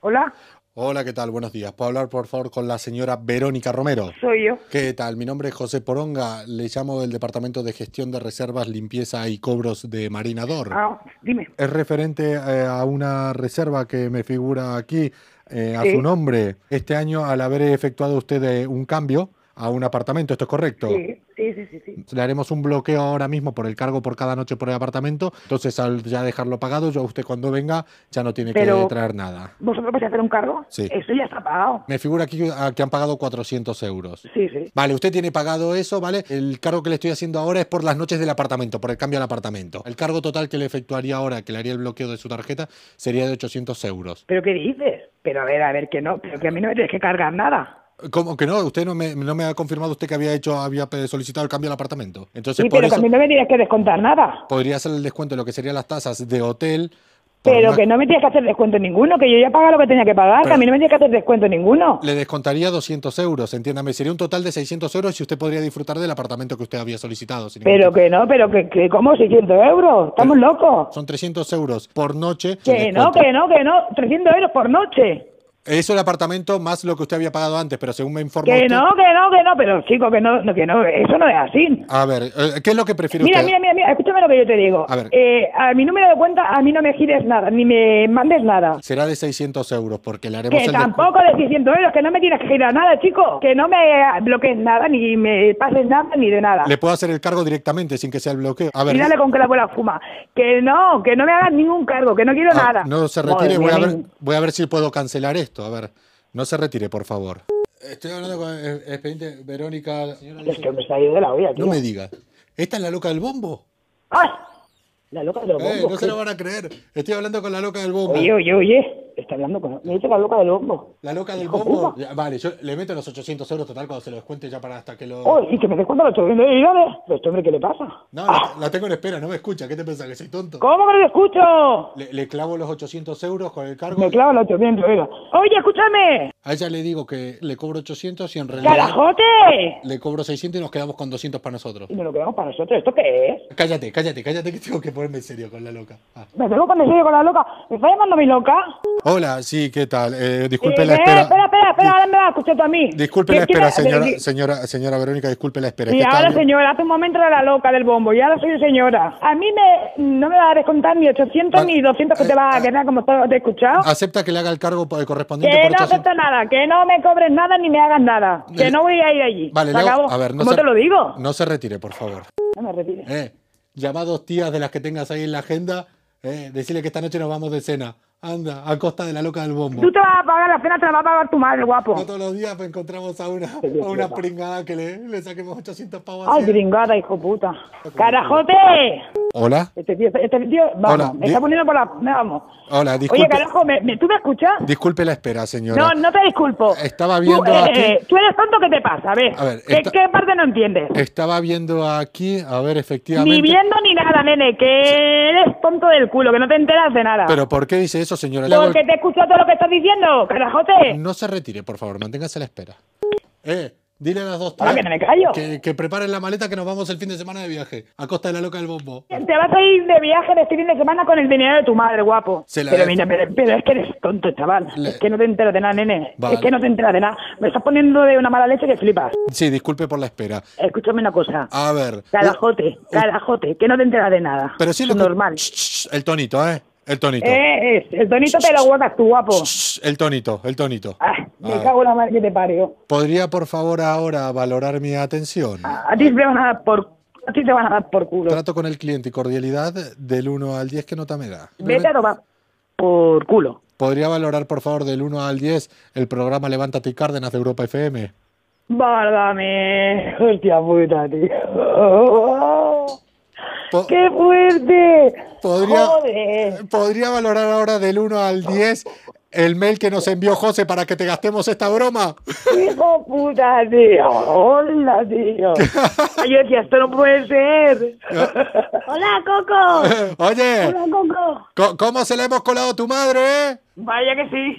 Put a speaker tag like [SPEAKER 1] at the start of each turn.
[SPEAKER 1] Hola,
[SPEAKER 2] Hola, ¿qué tal? Buenos días. ¿Puedo hablar, por favor, con la señora Verónica Romero?
[SPEAKER 1] soy yo.
[SPEAKER 2] ¿Qué tal? Mi nombre es José Poronga. Le llamo del Departamento de Gestión de Reservas, Limpieza y Cobros de Marinador.
[SPEAKER 1] Ah, dime.
[SPEAKER 2] Es referente eh, a una reserva que me figura aquí eh, a
[SPEAKER 1] Sí.
[SPEAKER 2] su nombre. Este año, al haber efectuado usted eh, un cambio a un apartamento, ¿esto es correcto?
[SPEAKER 1] Sí, sí, sí, sí, sí.
[SPEAKER 2] Le haremos un bloqueo ahora mismo por el cargo por cada noche por el apartamento. Entonces, al ya dejarlo pagado, yo usted cuando venga ya no tiene que
[SPEAKER 1] Pero-
[SPEAKER 2] traer nada.
[SPEAKER 1] ¿Vosotros vais a hacer un cargo?
[SPEAKER 2] Sí.
[SPEAKER 1] Eso ya está pagado.
[SPEAKER 2] Me figura aquí ah, que han pagado 400 euros.
[SPEAKER 1] Sí, sí.
[SPEAKER 2] Vale, usted tiene pagado eso, ¿vale? El cargo que le estoy haciendo ahora es por las noches del apartamento, por el cambio al apartamento. El cargo total que le efectuaría ahora, que le haría el bloqueo de su tarjeta, sería de 800 euros.
[SPEAKER 1] ¿Pero qué dices? Pero a ver, a ver, que no, pero que a mí no me tienes que cargar nada.
[SPEAKER 2] ¿Cómo que no? Usted no me, no me ha confirmado usted que había hecho, había pe- solicitado el cambio al apartamento. Entonces,
[SPEAKER 1] Sí,
[SPEAKER 2] por
[SPEAKER 1] pero que
[SPEAKER 2] eso
[SPEAKER 1] a mí no me tienes que descontar nada.
[SPEAKER 2] podría hacer el descuento de lo que serían las tasas de hotel. por
[SPEAKER 1] Pero
[SPEAKER 2] una-
[SPEAKER 1] que no me tienes que hacer descuento ninguno, que yo ya pago lo que tenía que pagar, que a mí no me tienes que hacer descuento ninguno.
[SPEAKER 2] Pues Le descontaría 200 euros, entiéndame. Sería un total de 600 euros y usted podría disfrutar del apartamento que usted había solicitado. sin ningún
[SPEAKER 1] Pero que no, pero que, que ¿cómo 600 euros? Estamos
[SPEAKER 2] Pues
[SPEAKER 1] locos.
[SPEAKER 2] Son 300 euros por noche.
[SPEAKER 1] Que no, que no, que no, 300 euros por noche.
[SPEAKER 2] Eso el apartamento más lo que usted había pagado antes, pero según me informa
[SPEAKER 1] Que
[SPEAKER 2] usted-
[SPEAKER 1] no, que no, que no, pero chico, que no, no, que no, eso no es así.
[SPEAKER 2] A ver, eh, ¿qué es lo que prefiere
[SPEAKER 1] Mira,
[SPEAKER 2] usted?
[SPEAKER 1] mira, mira, mira, escúchame lo que yo te digo.
[SPEAKER 2] A ver.
[SPEAKER 1] Eh, a mi número de cuenta, a mí no me gires nada, ni me mandes nada.
[SPEAKER 2] Será de 600 euros, porque le haremos
[SPEAKER 1] Que
[SPEAKER 2] el... de-
[SPEAKER 1] tampoco de 600 euros, que no me tienes que girar nada, chico. Que no me bloquees nada, ni me pases nada, ni de nada.
[SPEAKER 2] Le puedo hacer el cargo directamente, sin que sea el bloqueo. A ver,
[SPEAKER 1] Y dale con que la abuela fuma. Que no, que no me hagas ningún cargo, que no quiero
[SPEAKER 2] ah,
[SPEAKER 1] nada.
[SPEAKER 2] no se
[SPEAKER 1] Madre
[SPEAKER 2] retire, voy
[SPEAKER 1] mía,
[SPEAKER 2] a, ver,
[SPEAKER 1] ni-
[SPEAKER 2] voy a ver si puedo cancelar esto. A ver, no se retire, por favor. Estoy hablando con el expediente Verónica...
[SPEAKER 1] Es que me está ido de la olla, tío.
[SPEAKER 2] No me diga. ¿Esta es la loca del bombo?
[SPEAKER 1] ¡Ay! La loca de los
[SPEAKER 2] Eh,
[SPEAKER 1] bombos.
[SPEAKER 2] no se lo van a creer. Estoy hablando con la loca del bombo.
[SPEAKER 1] Oye, oye, oye. Está hablando con... Me dice la loca del bombo.
[SPEAKER 2] La loca del
[SPEAKER 1] Hijo
[SPEAKER 2] bombo.
[SPEAKER 1] puta.
[SPEAKER 2] Ya, Vale, yo le meto los 800 euros total cuando se los cuente ya para hasta que lo...
[SPEAKER 1] Oh, y que me des cuenta lo estoy viendo. Y dale. Pero este hombre, ¿qué le pasa?
[SPEAKER 2] No, la, la tengo en espera, no me escucha. ¿Qué te pensás, que soy tonto?
[SPEAKER 1] ¿Cómo que no te escucho?
[SPEAKER 2] Le, le clavo los 800 euros con el cargo.
[SPEAKER 1] Me clavo la 800 euros. Oye, escúchame.
[SPEAKER 2] A ella le digo que le cobro 800 y en realidad
[SPEAKER 1] ¡Carajote!
[SPEAKER 2] le cobro 600 y nos quedamos con 200 para nosotros.
[SPEAKER 1] Y nos lo quedamos para nosotros. ¿Esto qué es?
[SPEAKER 2] Cállate, cállate, cállate que tengo que ponerme en serio con la loca. Ah.
[SPEAKER 1] Me tengo cuando estoy con la loca. ¿Me está llamando mi loca?
[SPEAKER 2] Hola, sí, ¿qué tal? Eh, disculpe
[SPEAKER 1] Eh,
[SPEAKER 2] la
[SPEAKER 1] eh,
[SPEAKER 2] espera.
[SPEAKER 1] espera, espera, espera, ahora me vas a escuchar tú a mí.
[SPEAKER 2] Di- Disculpe
[SPEAKER 1] ¿Qué-
[SPEAKER 2] la
[SPEAKER 1] qué
[SPEAKER 2] espera,
[SPEAKER 1] me-
[SPEAKER 2] señora,
[SPEAKER 1] pero-
[SPEAKER 2] señora, señora Verónica, disculpe la espera. es
[SPEAKER 1] Y
[SPEAKER 2] que está
[SPEAKER 1] ahora,
[SPEAKER 2] bien.
[SPEAKER 1] señora, hace un momento era la loca del bombo y ahora soy señora. A mí me, no me vas a descontar ni 800
[SPEAKER 2] Ah,
[SPEAKER 1] ni 200 que
[SPEAKER 2] eh,
[SPEAKER 1] te vas
[SPEAKER 2] ah,
[SPEAKER 1] a quedar como todo, te he escuchado.
[SPEAKER 2] ¿Acepta que le haga el cargo por- correspondiente
[SPEAKER 1] Que
[SPEAKER 2] por
[SPEAKER 1] no
[SPEAKER 2] 800?
[SPEAKER 1] acepto nada, que no me cobres nada ni me hagas nada.
[SPEAKER 2] Eh,
[SPEAKER 1] Que no voy a ir allí.
[SPEAKER 2] Vale,
[SPEAKER 1] Se
[SPEAKER 2] Leo,
[SPEAKER 1] acabó.
[SPEAKER 2] a ver, no
[SPEAKER 1] ¿Cómo
[SPEAKER 2] se- Mm.
[SPEAKER 1] te lo digo?
[SPEAKER 2] No se retire, por favor.
[SPEAKER 1] No me retires.
[SPEAKER 2] Eh, llama a dos tías de las que tengas ahí en la agenda. Eh, decirle que esta noche nos vamos de cena. Anda, a costa de la loca del bombo.
[SPEAKER 1] Tú te vas a pagar la cena, te la va a pagar tu madre, guapo.
[SPEAKER 2] No todos los días pues, encontramos a una,
[SPEAKER 1] Qué
[SPEAKER 2] a una
[SPEAKER 1] idiota.
[SPEAKER 2] pringada que le, le saquemos 800 pavos.
[SPEAKER 1] Ay,
[SPEAKER 2] así.
[SPEAKER 1] gringada, hijo puta. ¡Carajote!
[SPEAKER 2] Hola,
[SPEAKER 1] Este tío, este tío, vamos,
[SPEAKER 2] Hola,
[SPEAKER 1] me
[SPEAKER 2] di-
[SPEAKER 1] está poniendo por la... Vamos.
[SPEAKER 2] hola,
[SPEAKER 1] Oye,
[SPEAKER 2] disculpe,
[SPEAKER 1] carajo, ¿me, me, tú me escuchas?
[SPEAKER 2] disculpe la espera, señora.
[SPEAKER 1] No, no te disculpo.
[SPEAKER 2] Estaba viendo
[SPEAKER 1] Tú, eh,
[SPEAKER 2] aquí-
[SPEAKER 1] tú eres tonto, ¿qué te pasa? A ver,
[SPEAKER 2] A ver,
[SPEAKER 1] ¿qué,
[SPEAKER 2] esta-
[SPEAKER 1] qué parte no entiendes?
[SPEAKER 2] Estaba viendo aquí, a ver,
[SPEAKER 1] Ni
[SPEAKER 2] efectivamente.
[SPEAKER 1] viendo ni nada, nene, que eres tonto del culo, que no te enteras de nada.
[SPEAKER 2] Pero ¿por qué dice eso, señora? Le hago el-
[SPEAKER 1] Porque te escucho todo lo que estás diciendo, carajote.
[SPEAKER 2] No se retire, por favor, manténgase a la espera. Eh, dile a las dos
[SPEAKER 1] Ahora
[SPEAKER 2] tías
[SPEAKER 1] que no me callo.
[SPEAKER 2] que, que preparen la maleta que nos vamos el fin de semana de viaje, a costa de la loca del bombo.
[SPEAKER 1] Te vas a ir de viaje de este fin de semana con el dinero de tu madre, guapo.
[SPEAKER 2] Se la
[SPEAKER 1] Pero,
[SPEAKER 2] dejo.
[SPEAKER 1] mira, pero, pero es que eres tonto, chaval.
[SPEAKER 2] Le-
[SPEAKER 1] Es que no te enteras de nada, nene.
[SPEAKER 2] Vale.
[SPEAKER 1] Es que no te enteras de nada. Me estás poniendo de una mala leche que flipas.
[SPEAKER 2] Sí, disculpe por la espera.
[SPEAKER 1] Escúchame una cosa.
[SPEAKER 2] A ver.
[SPEAKER 1] Carajote, carajote, que no te enteras de nada.
[SPEAKER 2] eh, Pero sí
[SPEAKER 1] es
[SPEAKER 2] lo que-
[SPEAKER 1] normal.
[SPEAKER 2] Shh, shh, el tonito, ¿eh? El tonito.
[SPEAKER 1] Eh, es, el tonito te lo guardas tú, guapo.
[SPEAKER 2] Shh, el tonito, el tonito.
[SPEAKER 1] Ah, me
[SPEAKER 2] Ah.
[SPEAKER 1] cago en la madre que te parió.
[SPEAKER 2] ¿Podría, por favor, ahora valorar mi atención?
[SPEAKER 1] A, a ti te van a dar por, a ti te van a dar por culo.
[SPEAKER 2] Trato con el cliente y cordialidad del 1 al 10, ¿qué nota me da?
[SPEAKER 1] Vete a tomar por culo.
[SPEAKER 2] ¿Podría valorar, por favor, del 1 al 10 el programa Levántate y Cárdenas de Europa FM?
[SPEAKER 1] Bárdame. Hostia puta, tío.
[SPEAKER 2] Po-
[SPEAKER 1] ¡Qué fuerte!
[SPEAKER 2] podría,
[SPEAKER 1] Joder.
[SPEAKER 2] ¿Podría valorar ahora del 1 al 10 el mail que nos envió José para que te gastemos esta broma?
[SPEAKER 1] Hijo puta, tío. Hola, tío. Ay, Yo decía, esto no puede ser. Hola, Coco.
[SPEAKER 2] Oye,
[SPEAKER 1] Hola, Coco.
[SPEAKER 2] co- ¿cómo se le hemos colado a tu madre, eh?
[SPEAKER 1] Vaya que sí.